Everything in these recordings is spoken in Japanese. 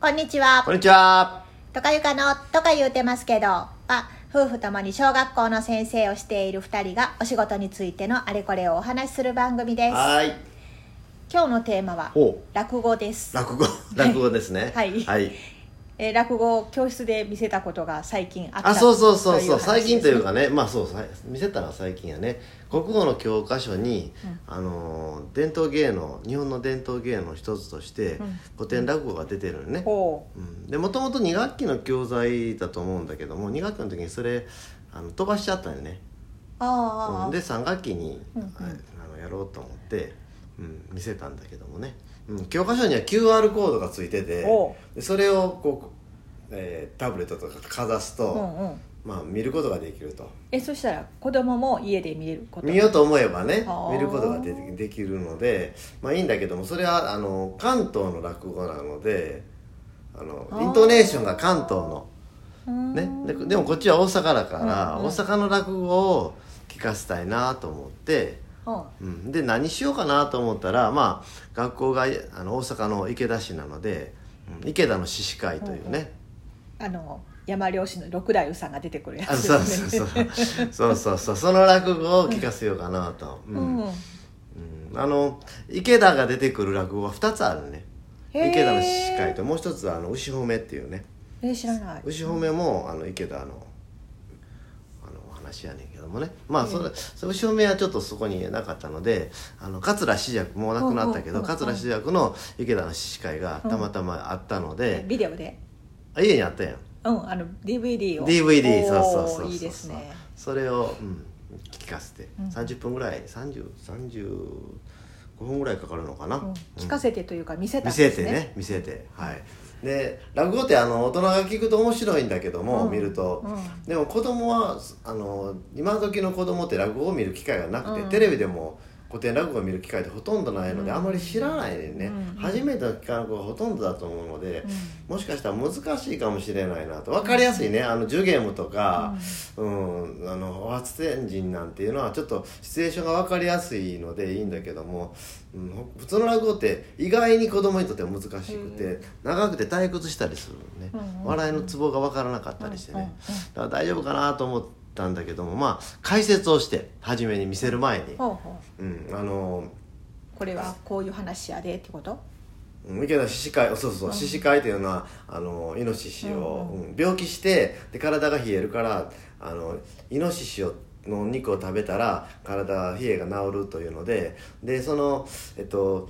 こんにちはこ。んにちは。とかゆかのとか言うてますけど、は夫婦ともに小学校の先生をしている2人がお仕事についてのあれこれをお話しする番組です。はーい。今日のテーマはほ落語です。落語、落語ですね。はいはい。えー落語を教室で見せたことが最近あったあ、そうそうそうそう、と最近というかね。ね、まあそう、さい見せたら最近やね。国語の教科書に、あのー伝統芸能、日本の伝統芸能の一つとして、うん古典落語が出てるのね。ほうん、でもともと2学期の教材だと思うんだけども2学期の時にそれあの飛ばしちゃったんよね、う。ああ、うんで3学期に、うんうんあのやろうと思って、うん、見せたんだけどもね、うん、教科書には QR コードがついてておでそれをこう、えータブレットとかかざすうと、んうん。まあ、見ることができるとえ、そしたら子供も家で見れること。見ようと思えばねあー見ることがでできるのでまあいいんだけどもそれはあの関東の落語なのであのあーイントネーションが関東の。うーんね、ででもこっちは大阪だかうら、んうん大阪の落語を聞かせたいなと思って、うんうん、で何しようかなと思ったら、まあ、学校があの大阪の池田市なので、うん池田の獅子会というね、あの山漁師の六代さんが出てくるやあつそうそうそうそうそうそうその落語を聞かせようかなと、うんうんうんあの池田が出てくる落語は2つあるねへー池田の獅子会ともう一つはあの牛褒めっていうねえ知らない牛褒めもあの池田のあのお話やねんけどもねまあそれ、それ牛褒めはちょっとそこになかったのであの桂枝雀もう亡くなったけうんうんうんうどん桂枝雀の池田の獅子会がたまたまあったので、ビデオであ家にあったやんうんあの DVD を DVD おそうーそうそうそういいですねそれを、うん、聞かせて、うん30分ぐらい3035分ぐらいかかるのかな、うんうん聞かせてというか見せた見んせですてねね見せてはいで落語ってあの大人が聞くと面白いんだけども、うん見ると、うんでも子供はあの今時の子供って落語を見る機会がなくて、うんテレビでも古典落語を見る機会ってほとんどないので、あまり知らないでね、うん初めての機会の子がほとんどだと思うので、うもしかしたら難しいかもしれないなと分かりやすいねあのジュゲームとか、うんあの発展人なんていうのはちょっとシチュエーションが分かりやすいのでいいんだけども、うん、普通の落語って意外に子供にとっては難しくて、う長くて退屈したりするのね、うんうんうん笑いのツボが分からなかったりしてね、うんうんうんだから大丈夫かなと思ったんだけどもまあ解説をして初めに見せる前に、ほうほうん、あのうこれはこういう話やでってことうん池田獅子会そうそう獅子会というのはあのイノシシを、うん病気してで体が冷えるからあのイノシシをの肉を食べたら体冷えが治るというのででそのえっと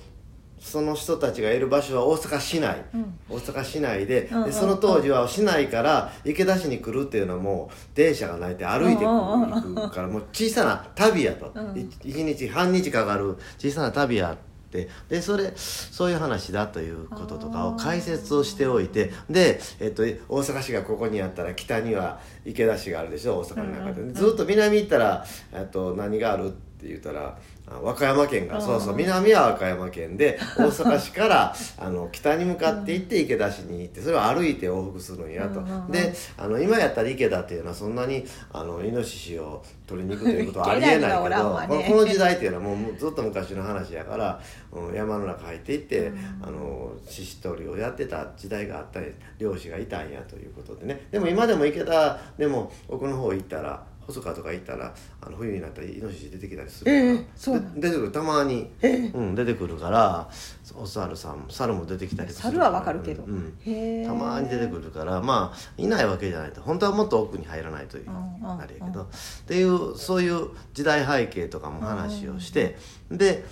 その人たちがいる場所は大阪市内、うん大阪市内で,で、うんうんうんその当時は市内から池田市に来るっていうのはもう電車がないって歩いてくるうんうんうん行くからもう小さな旅やと、うんい一日半日かかる小さな旅やってでそれそういう話だということとかを解説をしておいてで、えっと、大阪市がここにあったら北には池田市があるでしょ大阪の中で、うんうんうんずっと南行ったらえっと何があるって言ったらあ和歌山県うが、んうんそうそう南は和歌山県で大阪市から あの北に向かって行って池田市に行ってそれを歩いて往復するんやと、うんうんうんであの今やったら池田っていうのはそんなにあのイノシシを取りに行くということはありえない 池け田にはおらんど、わねこのこの時代っていうのはもうもうずっと昔の話やから、うん、山の中入っていって、あの獅子取りをやってた時代があったり漁師がいたんやということでねでも今でも池田でも奥の方行ったら細川とか行ったらあの冬になったらイノシシ出てきたりするから、ええそうなので出てくるたまに、うん、出てくるからお猿さん猿も出てきたりする猿はわかるけどうんうんへえたまに出てくるからまあいないわけじゃないと本当はもっと奥に入らないといううんうんあれやけどっていうそういう時代背景とかも話をしてで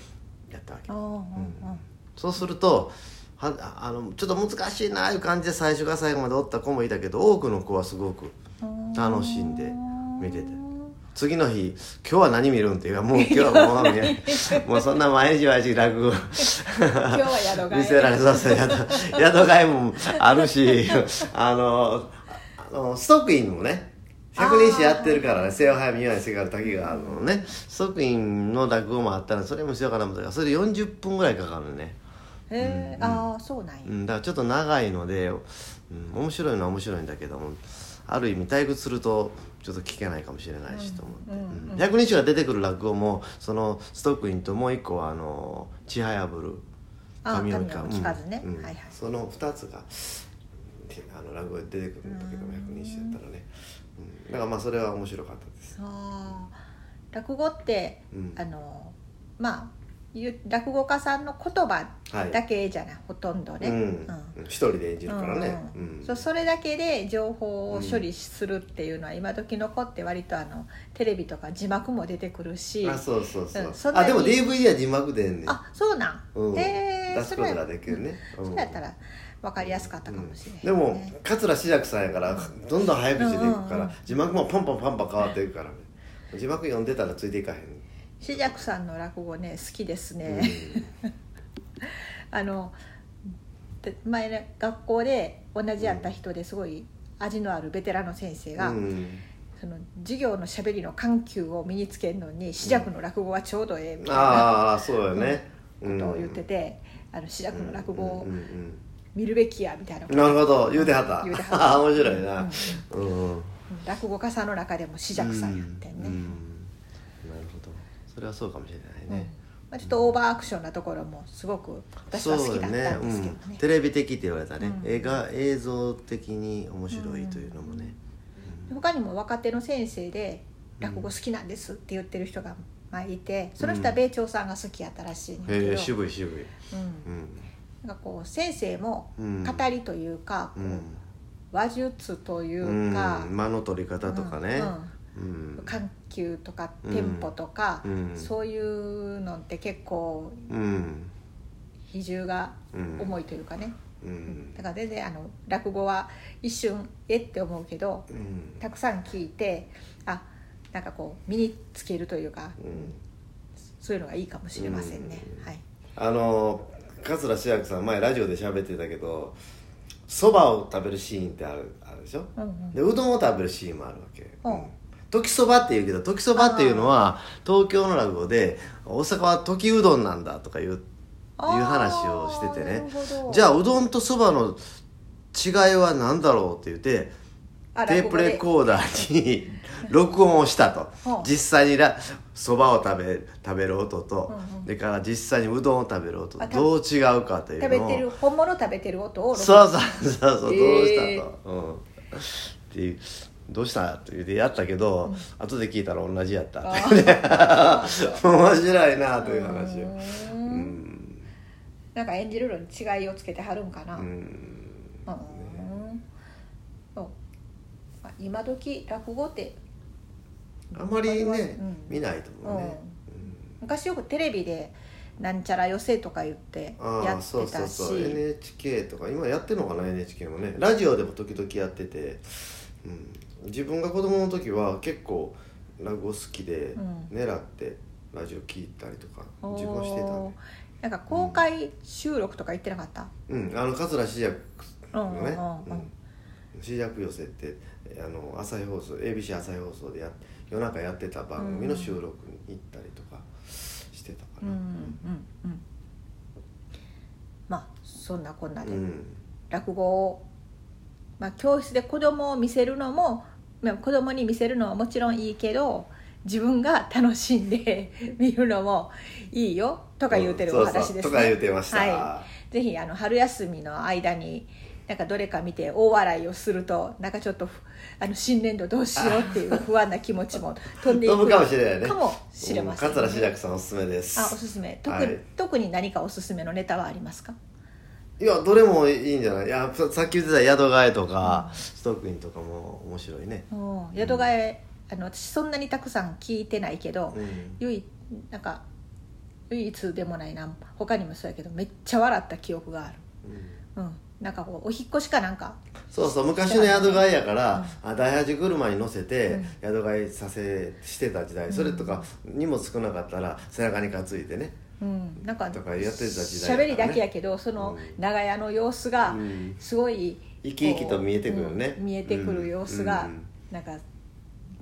やったわけあーうんそうするとはああのちょっと難しいなあいう感じで最初から最後までおった子もいたけど多くの子はすごくうん楽しんで見ててうん次の日「今日は何見るん?」っていうかもう今日はもうねもうそんな毎日毎日落語今日は宿替え見せられそうそう宿宿替えもあるしあのあのストックインもね百人誌やってるからね「瀬尾早見岩井瀬川滝川」のねストックインの落語もあったらそれもしようかなと思ったからそれ40分ぐらいかかるのね、へえああそうなんやうん、だからちょっと長いので、うん、面白いのは面白いんだけどもある意味退屈するとちょっと聞けないかもしれないしと思って、うんうんうん百人誌が出てくる落語もそのストックインともう一個はあの「ちはやぶる」あ神神をを聞聞かかずねはいはいその2つがてあの落語で出てくるんだけども百人一首だったらね、うん、だからまあそれは面白かったです、あー落語ってうん、あのまあゆ落語家さんの言葉はいだけじゃない、ほとんどね、ううんん一人で演じるからね、ううんんそうそれだけで情報を処理するっていうのは今時の子って割とあのテレビとか字幕も出てくるしあそうそうそう、うんそんなあにでも DVD は字幕でんねんあそうなん、うんへー出すことができるね、それやったら分かりやすかったかもしれない、でも桂志らくさんやからどんどん早口でいくうんかうんうらん字幕もパンパンパンパン変わっていくからね字幕読んでたらついていかへん、しじゃくさんの落語ね好きですね、あので前ね学校で同じやった人ですごい味のあるベテランの先生うが、ん、うん、その授業のしゃべりの緩急を身につけるのに四尺の落語はちょうどええみたいなああそうよね、うん、ことを言ってて、あの四尺の落語をうんうん見るべきやみたいなこうんと、なるほど言うてはった言うてはっあ ー面白いな、うん落語家さんの中でも四尺さんやってんね、うんうんなるほどそれはそうかもしれないね、まあ、ちょっとオーバーアクションなところもすごく私は好きだったんですけどねそうようんテレビ的って言われたね、うん映画映像的に面白いというのもね、他にも若手の先生で落語好きなんですって言ってる人が前いてその人は米朝さんが好きやったらしいねんだけど、へえ渋い渋い、うんうんなんかこう先生もうん語りというか、うこうん話術といううんか、間の取り方とかねうん、うんうん緩急とかテンポとか、うんそういうのって結構うん比重がうん重いというかね、うんだから全然あの落語は一瞬えって思うけどうんたくさん聞いてあなんかこう身につけるというかうんそういうのがいいかもしれませんね、うんはいあの桂志らくさん前ラジオで喋ってたけどそばを食べるシーンってあるあるでしょ、うんうんでうどんを食べるシーンもあるわけ、うん時そばって言うけど時そばっていうのは東京の落語で大阪は時うどんなんだとかいういう話をしててあーなねるほどじゃあうどんとそばの違いは何だろうって言ってあテープレコーダーに 録音をしたほうと実際にらそばを食べ食べる音と、うんうんでから実際にうどんを食べる音あたどう違うかというの食をべてる本物食べてる音を録そうそうそうそう、へーどうしたと、うん、っていうどうしたって言ってやったけど、後で聞いたら同じやったって面白いな という話をうーんなんか演じるのに違いをつけてはるんかな、ううんんそうまあ今時落語ってあまりね、うん見ないと思うね、昔よくテレビで「なんちゃら寄せ」とか言ってあやあっそてうそうたそうし NHK とか今やってるのかな NHK もねラジオでも時々やってて、うん、自分が子供の時は結構落語好きで、うん狙ってラジオ聞いたりとかおー自分はしてたねなんか公開収録とか言ってなかった、うんあの桂志らくのねうんうんうんうんうん志らく寄せってあの朝日放送 ABC 朝日放送でや夜中やってた番組の収録に行ったりとかしてたかうんなうんうんまあそんなこんなで、うん落語を、まあ、教室で子供を見せるのも、まあ、子供に見せるのはもちろんいいけど自分が楽しんで 見るのもいいよとか言うてるお話ですね。そうそうとか言うてました、はぜひあの春休みの間になんかどれか見て大笑いをするとなんかちょっとふあの新年度どうしようっていう不安な気持ち も飛んでいく飛ぶかもしれないねかもしれませんね、桂志らくさんおすすめですあおすすめ特,、はい特に何かおすすめのネタはありますかいやどれもいいんじゃないいやささっき言ってた宿替えとか、ストックインとかも面白いね、うん宿替え、あの私そんなにたくさん聞いてないけど、うん、唯一なんか唯一でもないな他にもそうやけどめっちゃ笑った記憶があるうんなんかこうお引っ越しかなんかそうそう昔の宿替えやから、あ大八車に乗せて宿替えさせしてた時代、それとか荷物少なかったら背中に担いでね、うんなんかとかやってた時代喋りやからねだけやけどその長屋の様子がうんすごい生き生きと見えてくるよねうん見えてくる様子がうんなんか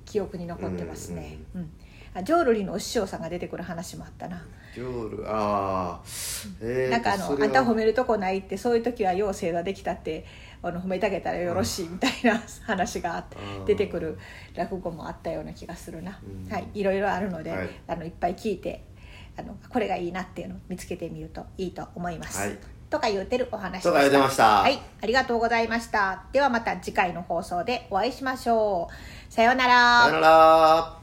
記憶に残ってますねうん、あ浄瑠璃のお師匠さんが出てくる話もあったなジョールああえーとなんかあのそれあはんた褒めるとこないってそういう時はよう正座できたってあの褒めてあげたらよろしいみたい な話があってうん出てくる落語もあったような気がするな、うんはい、いろいろあるので、はいい、あのいっぱい聞いてあのこれがいいなっていうのを見つけてみるといいと思います。はいとか言うてるお話でとか言ってましたはい、ありがとうございました。ではまた次回の放送でお会いしましょう。さようならさよなら